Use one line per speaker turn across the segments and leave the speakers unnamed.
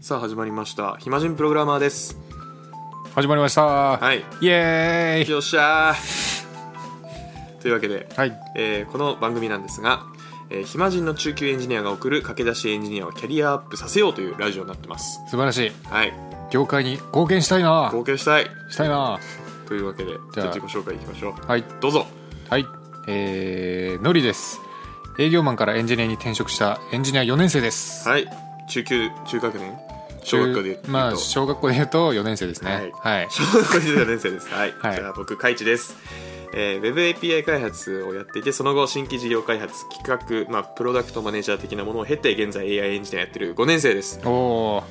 さあ始まりました暇人プログラマーです
始まりました、
はい
イエーイ
よっしゃーというわけで、
はい
えーこの番組なんですが、えー暇人の中級エンジニアが送る駆け出しエンジニアをキャリアアップさせようというラジオになってます
素晴らしい
はい
業界に貢献したいな
貢献したい
したいな
というわけでじ
じ
ゃ
ゃ
あ
あ
自己紹介いきましょう
はい
どうぞ
はいえー、のりです営業マンからエンジニアに転職したエンジニア4年生です、
はい中級中学年小学校で言うと、
まあ小学校で言うと4年生ですねはい、
小学校時代の年生です。はい。
はい
じゃあ僕、カイチです。えー、Web API 開発をやっていて、その後、新規事業開発、企画、まあ、プロダクトマネージャー的なものを経て、現在 AI エンジニアやってる5年生です。
おお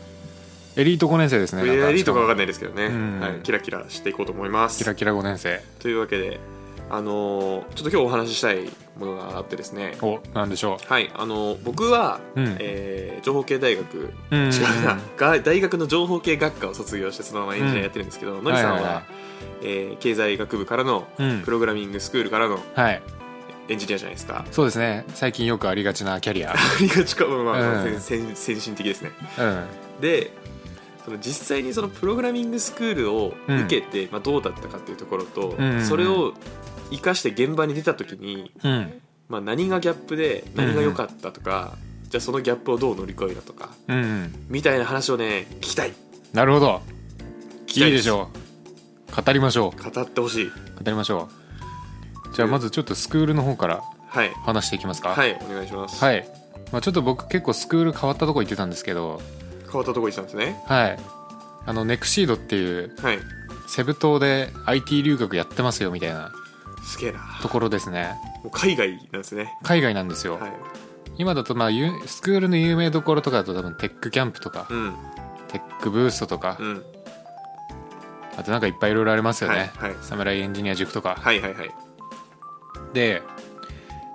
ーエリート5年生ですねなんか
AI とかわかんないですけどね、
うん
はい、キラキラしていこうと思います。
キラキラ5年生
というわけで、あのーちょっと今日お話ししたいものがあってですね、
おなんでしょ
はい、あのー僕は、
うん
えー情報系大学、
ううん
違うな、が大学の情報系学科を卒業して、そのままエンジニアやってるんですけど、のりさんは、
はいはいはい
えー経済学部からの
うん
プログラミングスクールからの
はい
エンジニアじゃないです か。
そうですね最近よくありがちなキ ャリア
ありがちかも、まあまあ、
うん
先先先進的ですね。
うん
で、その実際にそのプログラミングスクールを受けて、まあ、どうだったかっていうところと、
うんうんうん
それを生かして現場に出た時に、
うん
まあ、何がギャップで何が良かったとか、じゃあそのギャップをどう乗り越えたとか
うんうん
みたいな話をね聞きたい
なるほど
聞きた
いいでしょう語りましょう
う語ってほしい
語りましょうじゃあまずちょっとスクールの方から
はい
話していきますか
はいお願いします、
はい、まあ、ちょっと僕結構スクール変わったとこ行ってたんですけど
変わったとこ行ってたんですね
はいあのネクシードっていう
はい
セブ島で IT 留学やってますよみたいな
すげえな
ところですね
もう海外なんですね
海外なんですよ、
はい
今だとまあゆスクールの有名どころとかだと多分テックキャンプとか、
うん
テックブーストとか、
うん
あとなんかいっぱいいろいろありますよね、
はいはい
サムライエンジニア塾とか、
はいはいはい
で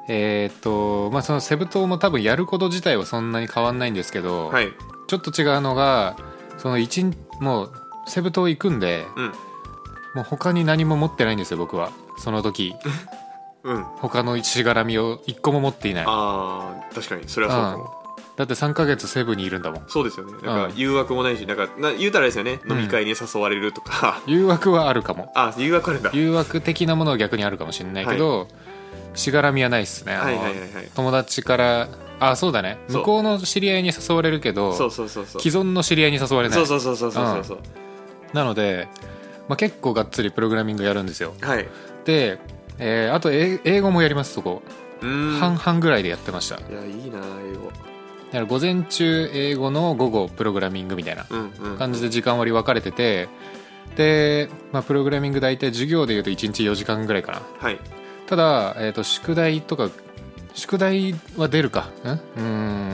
えーっとまあそのセブ島も多分やること自体はそんなに変わんないんですけど、
はい
ちょっと違うのがその一日もうセブ島行くんで
うん
もう他に何も持ってないんですよ僕はその時
うん
他のしがらみを一個も持っていない
あー確かにそれはそうかも、
だって3ヶ月セブにいるんだもん
そうですよねなんか
うん
誘惑もないしなんかな言うたらあれですよね飲み会に誘われるとか、
誘惑はあるかも
あ誘惑あるんだはい
誘惑的なものは逆にあるかもしれないけど、しがらみはないっすねあの
はいはいはい
友達からあそうだね
そう
向こうの知り合いに誘われるけど
そうそうそうそう
既存の知り合いに誘われない
そうそうそうそうそうそう、
なので、まあ、結構がっつりプログラミングやるんですよ
はい
で、えーあと英英語もやりますそこ、
うーん
半々ぐらいでやってましただか
いやいいな英語
ら午前中英語の午後プログラミングみたいな
うんうん
感じで時間割り分かれててで、まあ、プログラミング大体授業でいうと1日4時間ぐらいかな
はい
ただ、えー、と宿題とか宿題は出るかんうー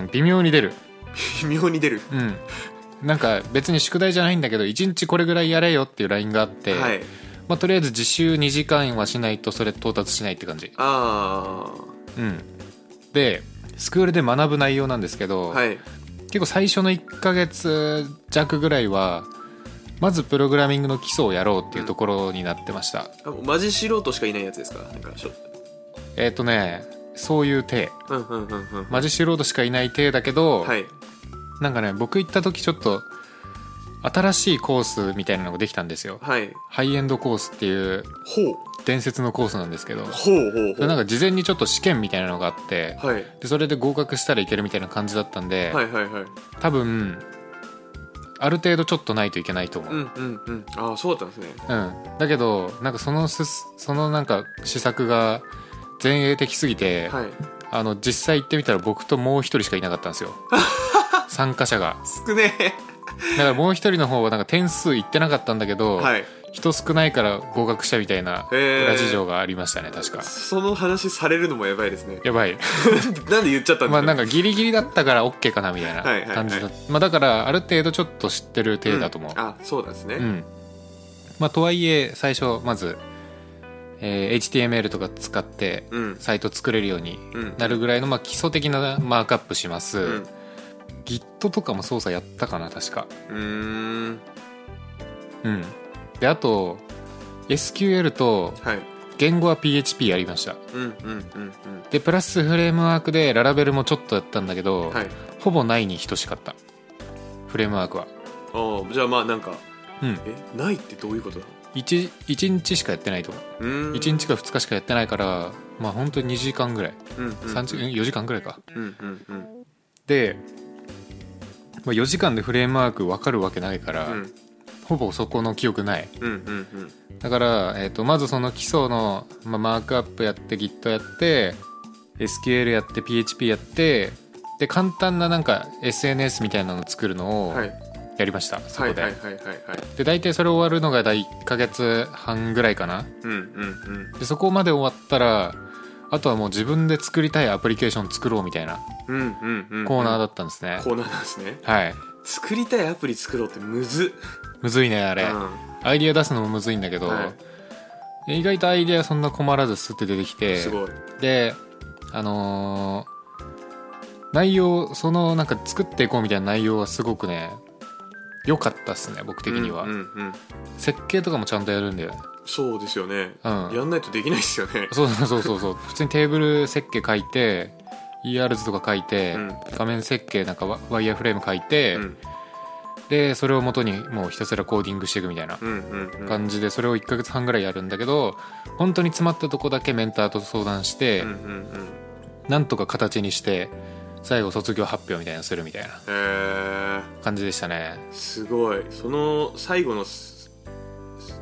ん微妙に出る
微妙に出る
うんなんか別に宿題じゃないんだけど1日これぐらいやれよっていうラインがあって、
はい
まあ、とりあえず自習2時間はしないとそれ到達しないって感じ
あ
うんでスクールで学ぶ内容なんですけ
あ
ど、
はい
結構最初の1ヶ月弱ぐらいはまずプログラミングの基礎をやろうっていうところになってました、
あマジ素人しかいないやつですかなんかしょ
えっ、とねそういう体
うんうんうんうん
マジ素人しかいない体だけど、
はい
なんかね僕行った時ちょっと新しいコースみたいなのができたんですよ
はい
ハイエンドコースっていう
ほう
伝説のコースなんですけど
ほうほう
そ
ほ
れ
う
なんか事前にちょっと試験みたいなのがあって、
はい
でそれで合格したらいけるみたいな感じだったんで、
はいはいはい
多分ある程度ちょっとないといけないと思う、
う
うん
んうんうんああそうだったんですね
だけどなんかそのすすそのなんか施策が前衛的すぎて、
はい
あの実際行ってみたら僕ともう一人しかいなかったんで すよ参加者が
少ねえ
だからもう一人の方はなんか点数いってなかったんだけど、
はい
人少ないから合格したみたいな
へー
裏事情がありましたね確か
その話されるのもやばいですね
やばい
なんで言っちゃったんですか
まあなんかギリギリだったから OK かなみたいな
はいはいはい
感じだまあだからある程度ちょっと知ってる体だと思う、
んあそうなんですね、
うんまあ、とはいえ最初まず、えー HTML とか使って
うん
サイト作れるように
うん
なるぐらいの、まあ、基礎的なマークアップします、
うんう
Git とかも操作やったかな確か
ーん
うんであと SQL と
はい
言語は PHP やりました
うんうんうん
でプラスフレームワークでララベルもちょっとやったんだけ
う
ど、
んはい
ほぼないに等しかったフレームワークは
ああじゃあまあなんか
うん
えないってどういうことだ
1, 日しかやってないと思う
うーん
1日か2日しかやってないからまあ本当に2時間ぐらい
うんうん
3時4時間ぐらいか
うんうんうん
で、まあ、4時間でフレームワーク分かるわけないから、
うん
ほぼそこの記憶ない
うんうんうん
だから、えー、とまずその基礎の、まあ、マークアップやって Git やって SQL やって PHP やってで簡単ななんか SNS みたいなの作るのを
はい
やりました、そ
は
こ
い
で、
はいはいはいはい
で大体それ終わるのが第1ヶ月半ぐらいかな
うんうん
でそこまで終わったらあとはもう自分で作りたいアプリケーション作ろうみたいな
うんうんうんうん
コーナーだ
っ
ったんですね、
コーナーなんですね
はい
作りたいアプリ作ろうってむずっ
むずいねあ
う
れ、
ん
アイディア出すのもむずいんだけど、
は
意外とアイディアそんな困らずスッて出てきて
すごい
であのー内容そのなんか作っていこうみたいな内容はすごくね良かったっすね僕的には、
うんうんうん
設計とかもちゃんとやるんだよね
そうですよね
うん
やんないとできないですよね
そうそうそうそうそう 普通にテーブル設計書いて ER 図とか書いて、
うん
画面設計なんかワワイヤーフレーム書いて、
うん
でそれを元にもうひたすらコーディングしていくみたいな
うんうんうん
感じでそれを1ヶ月半ぐらいやるんだけど本当に詰まったとこだけメンターと相談して、
うんうんうん
なんとか形にして最後卒業発表みたいなのするみたいな
へえ
感じでしたね
すごいその最後のす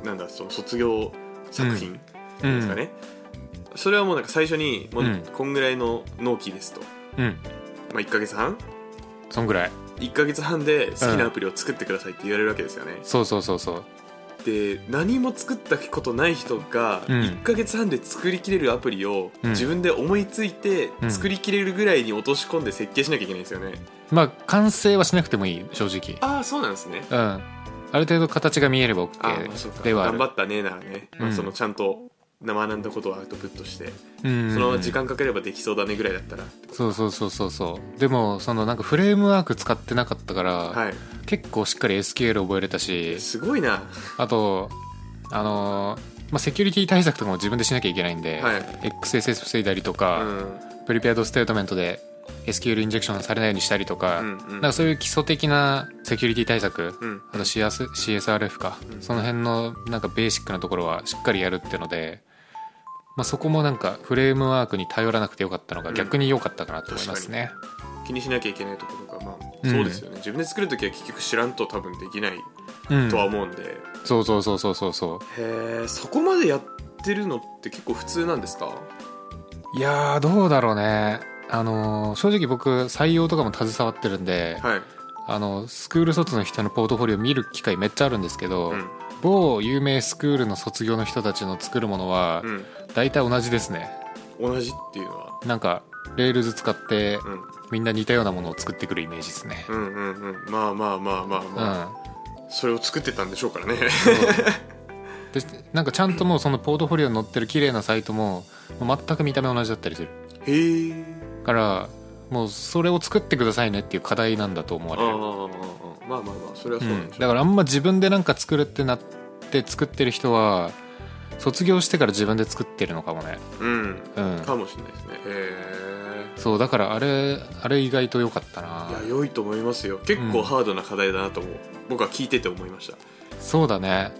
なんだその卒業作品
うん
ですかね、それはもうなんか最初にもう
うん
こんぐらいの納期ですと、
うん
まあ、1か月半
そんぐらい
1か月半で好きなアプリを作ってくださいって言われるわけですよね、
そうそうそうそう
で何も作ったことない人が
うん
1か月半で作りきれるアプリを
うん
自分で思いついて
うん
作りきれるぐらいに落とし込んで設計しなきゃいけないんですよね、
まあ完成はしなくてもいい正直
ああそうなんですね
うんある程度形が見えれば
あーまあそう
OK
か
ではあ
頑
る
張ったねならね、ま
う
あ、
ん
そのちゃんと学んだことをアウトプットして、
うん
その時間かければできそうだねぐらいだったら、
そうそうそうそうそうでもそのなんかフレームワーク使ってなかったから、
は
結構しっかり SQL 覚えれたし
いすごいな
あとあのーまあ、セキュリティ対策とかも自分でしなきゃいけないんで、
はい
XSS 防いだりと
う
か、
ん
プリペアドステートメントで SQL インジェクションされないようにしたりとか,、
うんうん
なんかそういう基礎的なセキュリティ対策、
うん
あと CS CSRF か、
うん
その辺のなんかベーシックなところはしっかりやるってので、まあ、そこもなんかフレームワークに頼らなくてよかったのが
うん
逆に良かったかなと思いますね。
気にしなきゃいけないところがまあ
うん
そうですよね、自分で作るときは結局知らんと多分できない
うん
とは思うんで、
そうそうそうそうそうそ
へえそこまでやってるのって結構普通なんですか
ういやーどうだろうねあのー正直僕採用とかも携わってるんで、
はい、
あのスクール卒の人のポートフォリオ見る機会めっちゃあるんですけど、
うん
某有名スクールの卒業の人たちの作るものは
うん、
大体同じですね
同じっていうのは、
なんかレールズ使って
うん、
みんな似たようなものを作ってくるイメージですね
うんうんうんまあまあまあまあ
う
まあ、
ん
それを作ってたんでしょう からね
でなんかちゃんともうそのポートフォリオに載ってる綺麗なサイトももう全く見た目同じだったりする
へえ
からもうそれを作ってくださいねっていう課題なんだと思
あ
わ
あ
れる
まあまあまあそれはそう
う
なん
ん
でしょう、
だからあんま自分でなんか作るってなって作ってる人は卒業してから自分で作ってるのかもね
うん
うん
かもしれないですねへ
そうだからあれあれ意外と良かった
えい
な
や良いと思いますよ結
う
構
ん
ハードな課題だなとも、僕は聞いてて思いました
そうだね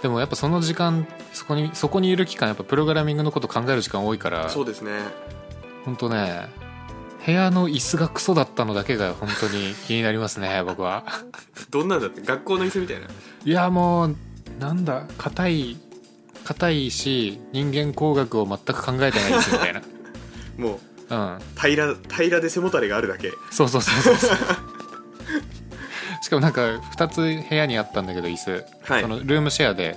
でもやっぱその時間そこにそこにいる期間やっぱプログラミングのこと考える時間多いから
そうですね
本当ね部屋の椅子がクソだったのだけが本当に気になりますね 僕は
どんなんだって学校の椅子みたいない
やもうなんだ硬い硬いし人間工学を全く考えてないですみたい
もう
なうん
平ら平らで背もたれがあるだけ
そうそうそうそうそうしかもなんか2つ部屋にあったんだけど椅子
はい
そのルームシェアで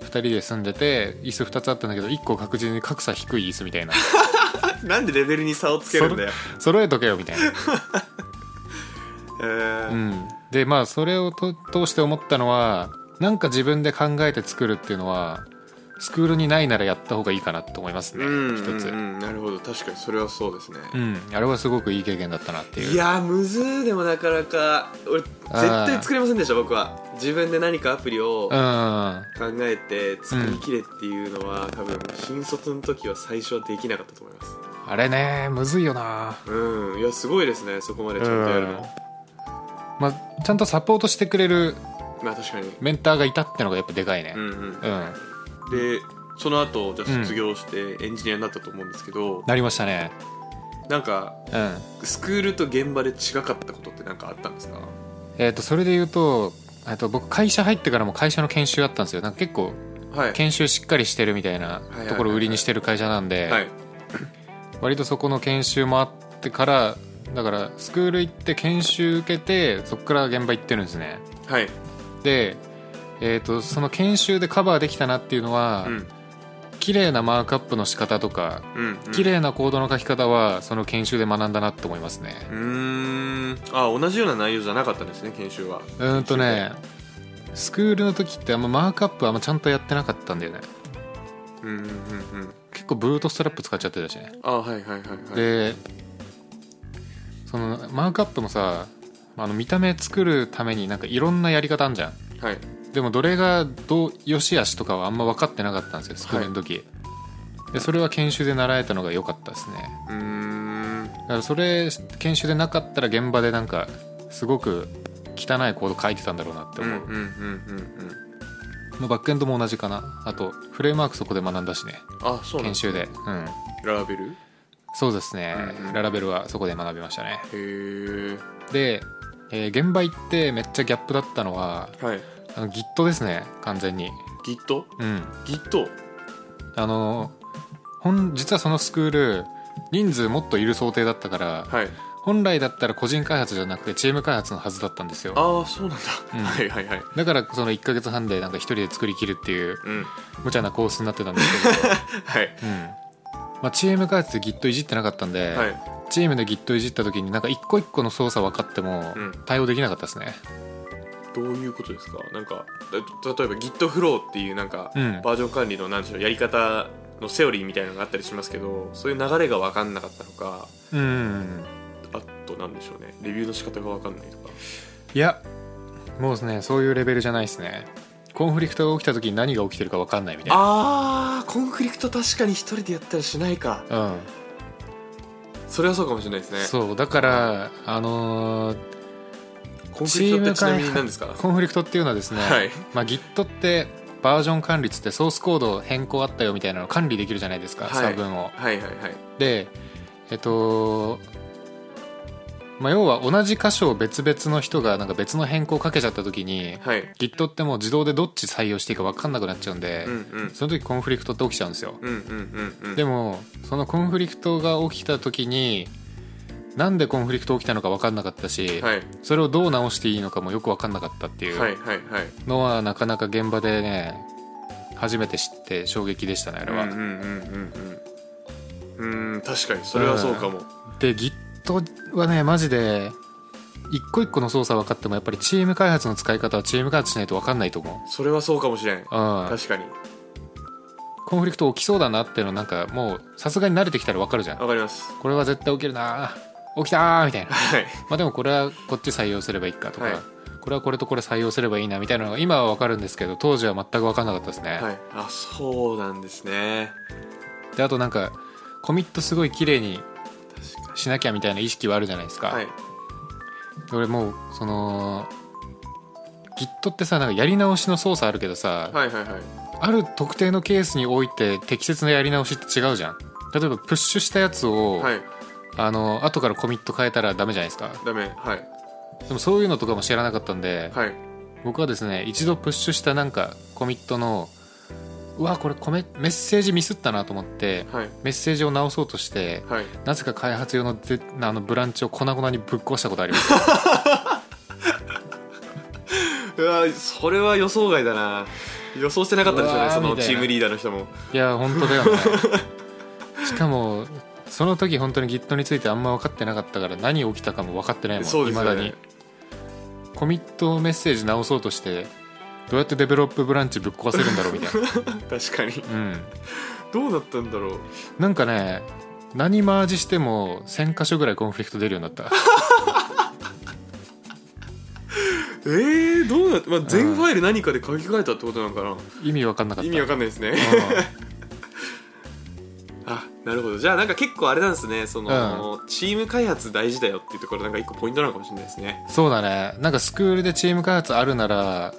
2人で住んでて椅子2つあったんだけど1個確実に格差低い椅子み たいな
なんでレベルに差をつけるんだよ
揃えとけよみたい な、
へー
うん、でまあそれをと通して思ったのはなんか自分で考えて作るっていうのはスクールにないならやった方がいいかなと思いますね
うん
一つ
うんうんなるほど確かにそれはそうですね、
うんあれはすごくいい経験だったなっていう
いやーむずーでもなかなか俺絶対作れませんでした僕は自分で何かアプリを
うんうん
考えて作りきれっていうのは、多分新卒の時は最初はできなかったと思います
あれねむずいよな
うんいやすごいですねそこまでちゃんとやるの、
まあ、ちゃんとサポートしてくれる
まあ確かに
メンターがいたってのがやっぱでかいね
うんうん
うん、
でその後じゃあ卒業してエンジニアになったと思うんですけど、
なりましたね
なんか
うん
スクールと現場で違かったことって何かあったんですか
えー、とそれで言うとえーと僕会社入ってからも会社の研修あったんですよなんか結構
はい
研修しっかりしてるみたいない
はいはい
ところを売りにしてる会社なんで、
はい
割とそこの研修もあってからだからスクール行って研修受けてそこから現場行ってるんですね
はい
で、えー、とその研修でカバーできたなっていうのは、
うん
綺麗なマークアップの仕方とか
うん
綺麗なコードの書き方はその研修で学んだなと思いますね
うーんあ同じような内容じゃなかったんですね研修は
うーんとねスクールの時ってあんまマークアップあんまちゃんとやってなかったんだよね
うんうんうんうん
結構ブルートストラップ使っちゃってたしね、
あはいはいはいはい
でそのマークアップもさあの見た目作るためになんかいろんなやり方あんじゃん
はい
でもどれがどう良し悪しとかはあんま分かってなかったんですよスクールの時、でそれは研修で習えたのが良かったですね
うーん
だからそれ研修でなかったら現場でなんかすごく汚いコード書いてたんだろうなって
うんうんうん
思う、
うんうん
まあバックエンドも同じかなあとフレームワークそこで学んだしね
あそうなん
研
です
修でうん
ララベルへ
そうですね、
うんうん
ララベルはそこで学びましたね
え
で、えー現場行ってめっちゃギャップだったのは
はい
あの Git ですね完全に
Git?
うん
Git?
あの本実はそのスクール人数もっといる想定だったから
はい
本来だったら個人開発じゃなくてチーム開発のはずだったんですよ
ああそうなんだ、
うん
はいはいはい
だからその1ヶ月半でなんか一人で作りきるっていう
うん
無茶なコースになってたんですけ ど、
はい
うんまあ、チーム開発で Git いじってなかったんで、
はい
チームで Git いじった時になんか一個一個の操作分かっても
うん
対応できなかったですね、
どういうことですかなんかた例えば Git フローっていうなんか、
うん
バージョン管理のなんでしょうやり方のセオリーみたいなのがあったりしますけどそういう流れが分かんなかったのか
うん
あとなんでしょうねレビューの仕方が分かんないとか
いやもうですねそういうレベルじゃないですねコンフリクトが起きた時に何が起きてるか分かんないみたいな
あーコンフリクト確かに一人でやったりしないか
うん
それはそうかもしれないですね
そうだからあのー
コンフリクトってちなみ
チーム開
に
発
何ですか
コンフリクトっていうのはですね、
はい
まあ、Git ってバージョン管理っつってソースコード変更あったよみたいなのを管理できるじゃないですか、
はい
差分を
はいはいはい
でえっとまあ、要は同じ箇所を別々の人がなんか別の変更をかけちゃった時に
はい
Git ってもう自動でどっち採用していいか分かんなくなっちゃうんで、
うんうん
その時コンフリクトって起きちゃうんですよ、
うんうんうんうん
でもそのコンフリクトが起きた時になんでコンフリクト起きたのか分かんなかったし、
はい
それをどう直していいのかもよく分かんなかったってい
はいうはいはい
のはなかなか現場でね初めて知って衝撃でしたねあれは。
うんうんうんうんうんうーん確かにそれはそうかも、
で Git はねマジで一個一個の操作分かってもやっぱりチーム開発の使い方はチーム開発しないと分かんないと思う。
それはそうかもしれん
うん、
確かに
コンフリクト起きそうだなっていうのなんかもうさすがに慣れてきたら分かるじゃん
わかります
これは絶対起きるな起きたーみた いな
はい
まあでもこれはこっち採用すればいいかとか、
はい
これはこれとこれ採用すればいいなみたいなのが今は分かるんですけど当時は全く分かんなかったですね、
はいあそうなんですね
であとなんかコミットすごい綺麗に
確か
しなきゃみたいな意識はあるじゃないですか、
はい
俺もうその Git ってさなんかやり直しの操作あるけどさ、
はいはいはい
ある特定のケースにおいて適切なやり直しって違うじゃん例えばプッシュしたやつを、
はい
あの後からコミット変えたらダメじゃないですか
ダメはい
でもそういうのとかも知らなかったんで、
はい
僕はですね一度プッシュしたなんかコミットのうわこれコメメッセージミスったなと思って
はい
メッセージを直そうとして
はい
なぜか開発用のぜあのブランチを粉々にぶっ壊したことあります
うわそれは予想外だな予想してなかったでしょう
う
ね
わー
そ
み
の
たいな
チームリーダーの人も
いや本当だよねしかもその時本当に Git についてあんま分かってなかったから何起きたかも分かってないもん
そう
未
ですよ
だ
ね
にコミットメッセージ直そうとしてどうやってデベロップブランチぶっ壊せるんだろうみたい な
確かに
うん
どうなったんだろう
なんかね何マージしても1000箇所ぐらいコンフリクト出るようになった
えー、どうなった、まあ、全ファイル何かで書き換えたってことなのかな
意味わかんなかっ
意
た
味わかんないですね
う
あなるほどじゃあなんか結構あれなんですねその、チーム開発大事だよっていうところなんか一個ポイントなのかもしれないですね
そうだねなんかスクールでチーム開発あるなら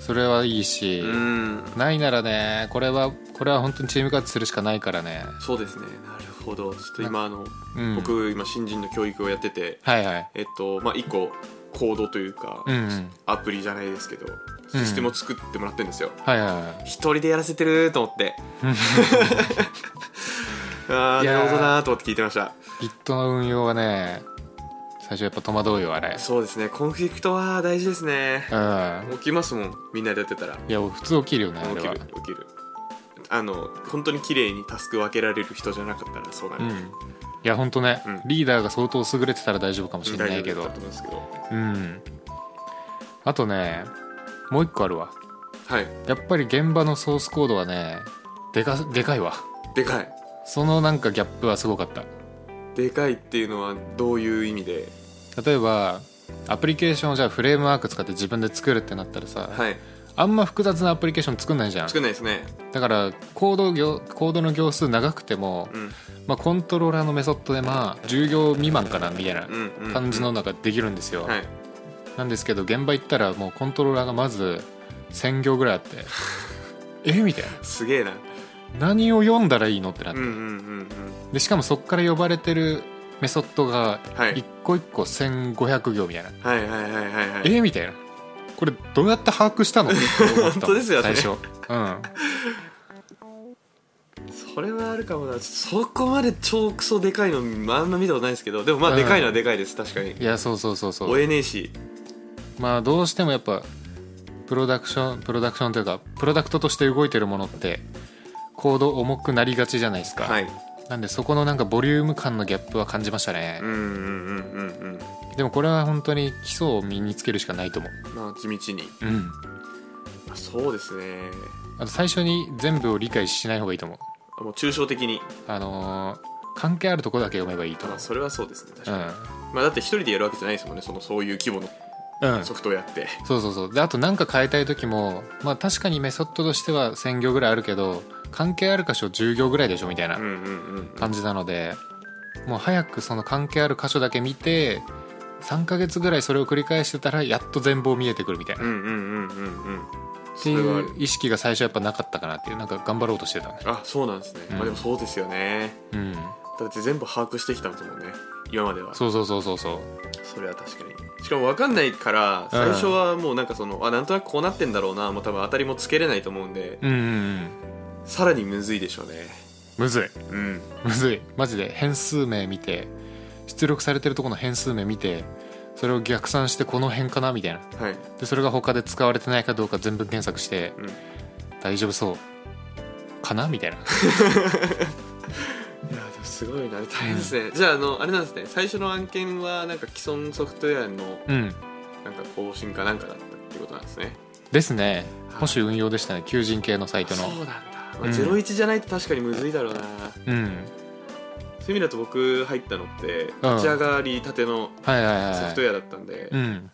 それはいいし、
うん
ないならねこれはこれは本当にチーム開発するしかないからね、
そうですねなるほどちょっと今あの、
うん、
僕今新人の教育をやってて
はいはい
えっとまあ一個コードというか、
うんうん
アプリじゃないですけどシステムを作ってもらってるんですよ、
はいはい はい
一人でやらせてると思って
うん
ああ
いや
な
ー
るほどなーと思って聞いてました
Git の運用はね最初やっぱ戸惑うよあれ
そうですねコンフリクトは大事ですね
うん
起きますもんみんなでやってたら
いや普通起きるよねあ
起
れ
き
は
る起きるあの本当に綺麗にタスク分けられる人じゃなかったらそうな
う
る、
んいや本当ね、
うん
リーダーが相当優れてたら大丈夫かもしれ
大
ないけ
丈夫
ど
だと思うんですけど
うんあとねもう一個あるわ
はい
やっぱり現場のソースコードはねでかでかいわ
でかい
そのなんかギャップはすごかった
でかいっていうのはどういう意味で
例えばアプリケーションをじゃあフレームワーク使って自分で作るってなったらさ、
はい
あんま複雑なアプリケーション作んないじゃん
作んないですね
だからコード行コードの行数長くても、
うん
まあ、コントローラーのメソッドでまあ10行未満かなみたいな
うんうん
感じの中できるんですよ、
はい
なんですけど現場行ったらもうコントローラーがまず1000行ぐらいあって えみたいな
すげえな
何を読んだらいいのってなっ
う
て、
んうんうん
でしかもそこから呼ばれてるメソッドが
うんはい
一個一個1500行みたいな、
はいはいはいはいはい
えみたいなこれどうやって把握したのって思ったも ん
本当ですよね
最初うん
それはあるかもなそこまで超クソでかいのまああんま見たことないですけどでもま
う
あ
ん
でかいのはでかいです確かに
いやそうそうそうそう
追えねえし
まあどうしてもやっぱプロダクションプロダクションというかプロダクトとして動いてるものってコード重くなりがちじゃないですか、
はい
なんでそこのなんかボリューム感のギャップは感じましたね
うん、うんうんうんうん
でもこれは本当に基礎を身につけるしかないと思
まあ地道に
ううん
まあそうですね
あと最初に全部を理解しない方がいいと思う
あもう抽象的に
あのー関係あるとこだけ読めばいいと
ま
思
あ
う
それはそうですね確
う
かに、まあだって一人でやるわけじゃないですもんねそのそういう規模の
ん、うん、
ソフトをやって、
そうそうそうであと何か変えたい時もまあ確かにメソッドとしては1,000行ぐらいあるけど関係ある箇所10行ぐらいでしょみたいな
うん、うんうんうん
感じなのでもう早くその関係ある箇所だけ見て3ヶ月ぐらいそれを繰り返してたらやっと全貌見えてくるみたいな、
う
っ
んうんうんうんうんそ
て
れはあ
い
る
う意識が最初やっぱなかったかなっていうなんか頑張ろうとしてたね
あそうなんですね、まあでもそうですよね
うん
だって全部把握してきたんですもんね今までは
そうそうそうそうそう
それは確かにしかも分かんないから最初はもうなんかその、あなんとなくこうなってんだろうなもう多分当たりもつけれないと思うんで
うんうんうん
さらにむずいでしょうね
むずい
うん
むずいマジで変数名見て出力されてるとこの変数名見てそれを逆算してこの辺かなみたいな
はい
でそれが他で使われてないかどうか全部検索して、
うん
大丈夫そうかなみたいな
いやでもすごいな大変ですね、じゃああのあれなんですね最初の案件はなんか既存ソフトウェアの
うん
なんか更新かなんかだったってことなんですね
ですね
はい
保守運用でしたね求人系のサイト
そう
の
なんだ、まあ
うん
01じゃないと確かにむずいだろうな
う
そうい
ん
う意味だと僕入ったのって
うん
立ち上がりたての
はいはいはい
ソフトウェアだったんで、
うん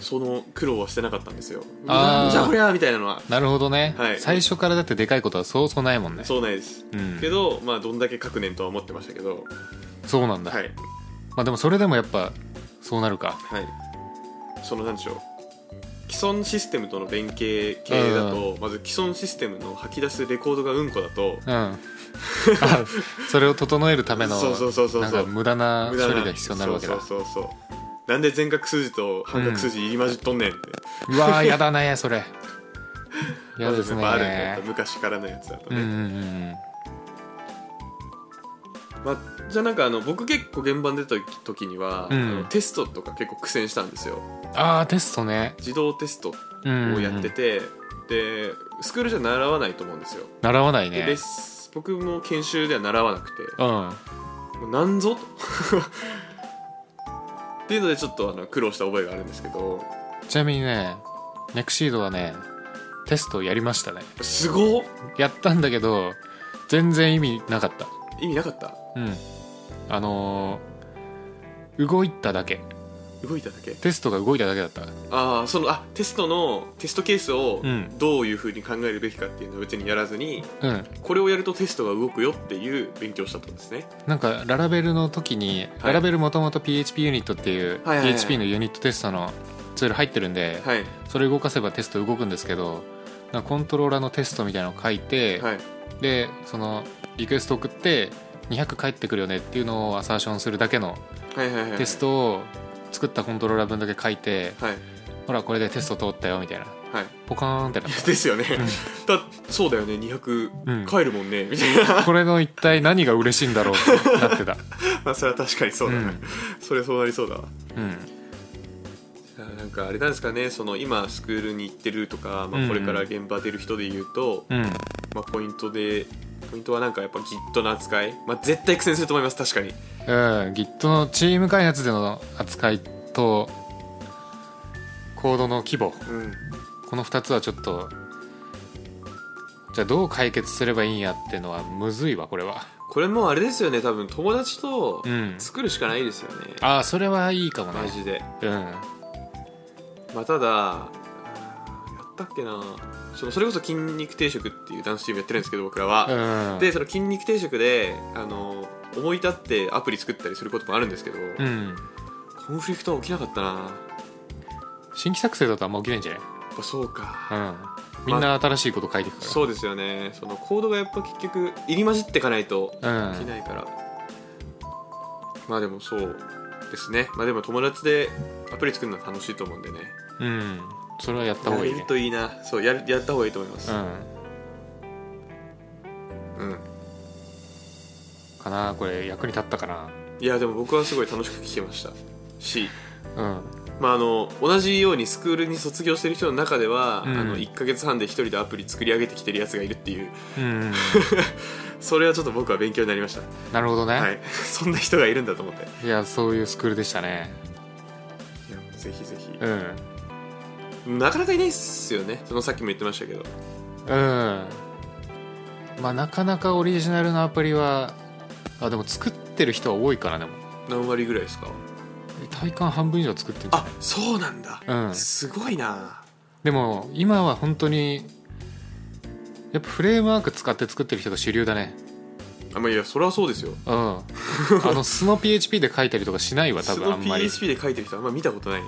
その苦労はしてなかったんですよ
あー
なんじゃこりゃみたいなのは
なるほどね、
はい
最初からだってでかいことはそうそうないもんね
そうないです
うん
けど、まあどんだけ各年とは思ってましたけど
そうなんだ、
はい
まあでもそれでもやっぱそうなるか
はいそのなんでしょう既存システムとの連携系だと、まず既存システムの吐き出すレコードがうんこだと
うんあそれを整えるための
そうそうそうそう
なん
そ
か
う
無駄な
無駄
処理が必要になるわけだ
そうそうそうそうなんで全角数字と半角数字入り混じっとんねんって、
うわーやだねそれや
まあ
ですね
やっぱあるんだやっぱ昔からのやつだと
うん
ね、
うんう
ま
ん
あ、じゃあなんかあの僕結構現場に出た時には、
うん
あのテストとか結構苦戦したんですよ
ああテストね
自動テスト
うん
をやってて、でスクールじゃ習わないと思うんですよ、
習わない
で
ね
レッス僕も研修では習わなくて
うん
もうなんぞと っていうのでちょっとあの苦労した覚えがあるんですけど
ちなみにねネクシードはねテストをやりましたね
すごっ
やったんだけど全然意味なかった
意味なかった
うんあのー動いただけ
動いただけ
テストが動いただけだった
ああそのあテストのテストケースを
うん
どういうふうに考えるべきかっていうのは別にやらずに
うん
これをやるとテストが動くよっていう勉強をしたってことですね
なんかララベルの時に、
はい
ララベルもともと PHP ユニットっていう、
はいはいはい
PHP のユニットテストのツール入ってるんで、
はい
それ動かせばテスト動くんですけどなんかコントローラーのテストみたいなのを書いて、
はい
でそのリクエスト送って200返ってくるよねっていうのをアサーションするだけの
はいはいはい
テストを作ったコントローラー分だけ書いて
はい
ほらこれでテスト通ったよみたいな
はい
ポカーンってなっ
ですよね だそうだよね200
うん
帰るもんねみたいな
たこれの一体何が嬉しいんだろうってなってた
まあそれは確かにそうだな、
うん
それそうなりそうだわ
うん
いやなんかあれなんですかねその今スクールに行ってるとか、ま
うんう
あ、
ん
これから現場出る人で言うと、
うん
まあ、ポイントでポイントはなんかやっぱ Git の扱い、まあ、絶対苦戦すると思います確かに
うん Git のチーム開発での扱いとコードの規模
うん
この2つはちょっとじゃあどう解決すればいいんやっていうのはむずいわこれは
これもうあれですよね多分友達と
うん
作るしかないですよね、
ああそれはいいかもね
マジで
うん
まあただやったっけなそのそれこそ筋肉定食っていうダンスチームやってるんですけど僕らは、
うん
でその筋肉定食であの思い立ってアプリ作ったりすることもあるんですけど、
うん
コンフリクトは起きなかったな
新規作成だとあんま起きないんじゃない
やっぱそうか、
うんみんな新しいこと書いていくから、
そうですよねそのコードがやっぱ結局入り混じってかないと
うん
できないから、まあでもそうですねまあでも友達でアプリ作るのは楽しいと思うんでね
うんそれはやった方がい
や
い
れ
ね
るといいなそうやるやった方がいいと思います
う、
うん
んかなこれ役に立ったか
いやでも僕はすごい楽しく聞けましたし
な
まあ、あの同じようにスクールに卒業してる人の中では、
うん
あの1か月半で一人でアプリ作り上げてきてるやつがいるっていう
うん、 うん、
それはちょっと僕は勉強になりまし
なるほどね、
た、はい、 そんな人がいるんだと思って
い、やそういうスクールでしたね
いやぜひぜひ、
うん
なかなかいないっすよねそのさっきも言ってましたけど
うんまあなかなかオリジナルのアプリはあでも作ってる人は多いからでも
何割ぐらいですか
体感半分以上作ってるんじゃ
あそうなんだ、
ないうん
すごいな
でも今は本当にやっぱフレームワーク使って作ってる人が主流だね
あまあいやそれはそうですよ
うんあの素の PHP で書いたりとかしないわ多
そ
分あ
の
んまり、うん、
PHP で書いてる人あんま見たことない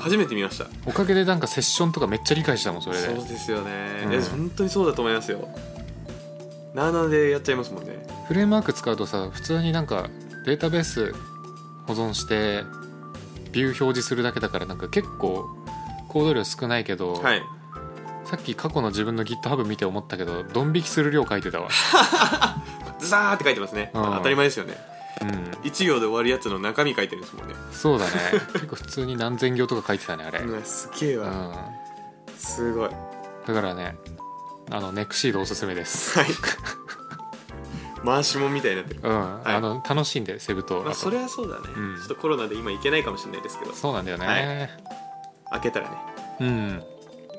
初めて見ました
おかげでなんかセッションとかめっちゃ理解したもんそれで
そうですよね、
うん
いや本当にそうだと思いますよなあなあでやっちゃいますもんね
フレームワーク使うとさ普通になんかデータベース保存してビュー表示するだけだからなんか結構コード量少ないけど、
はい
さっき過去の自分の GitHub 見て思ったけどドン引きする量書いてたわ、
ザーって書いてますね、
うん
当たり前ですよね
うん、
1行で終わるやつの中身書いてるんですもんね、
そうだね結構普通に何千行とか書いてたねあれ、
うわすげえ
う
わ、
ん、
すごい
だからねあのネクシードおすすめです、
はい回しもんみたいになってる
うん
い
あの楽しんでセブ島
まあ
あ
そ
と
れはそうだね、
うん
ちょっとコロナで今行けないかもしれないですけど
そうなんだよね、
開けたらね
うん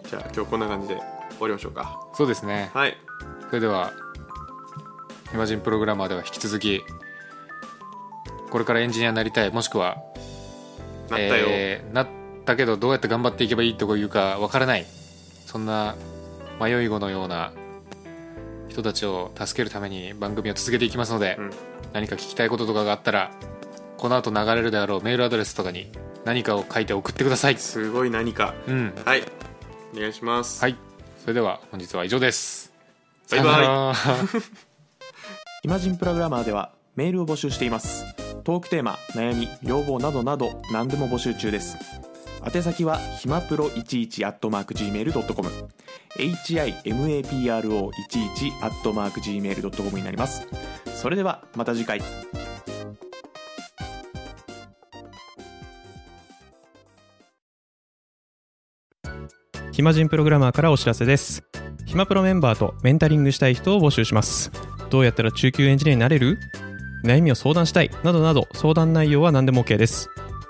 じゃあ今日こんな感じで終わりましょうか
そうですね
はい
それでは「イマジンプログラマー」では引き続きこれからエンジニアになりたいもしくは
なったよ、
えーなったけどどうやって頑張っていけばいいとかいうかわからないそんな迷い子のような人たちを助けるために番組を続けていきますので、
うん
何か聞きたいこととかがあったらこの後流れるであろうメールアドレスとかに何かを書いて送ってください、
すごい何か
うん、
はいお願いします、
はいそれでは本日は以上です
バイバイ
さよなら
イマジンプログラマーではメールを募集していますトークテーマ悩み要望などなど何でも募集中です宛先はひまプロ11 at mark gmail.com himapro11 at mark gmail.com になりますそれではまた次回
暇人プログラマーからお知らせです暇プロメンバーとメンタリングしたい人を募集しますどうやったら中級エンジニアになれる悩みを相談したいなどなど相談内容は何でも OK です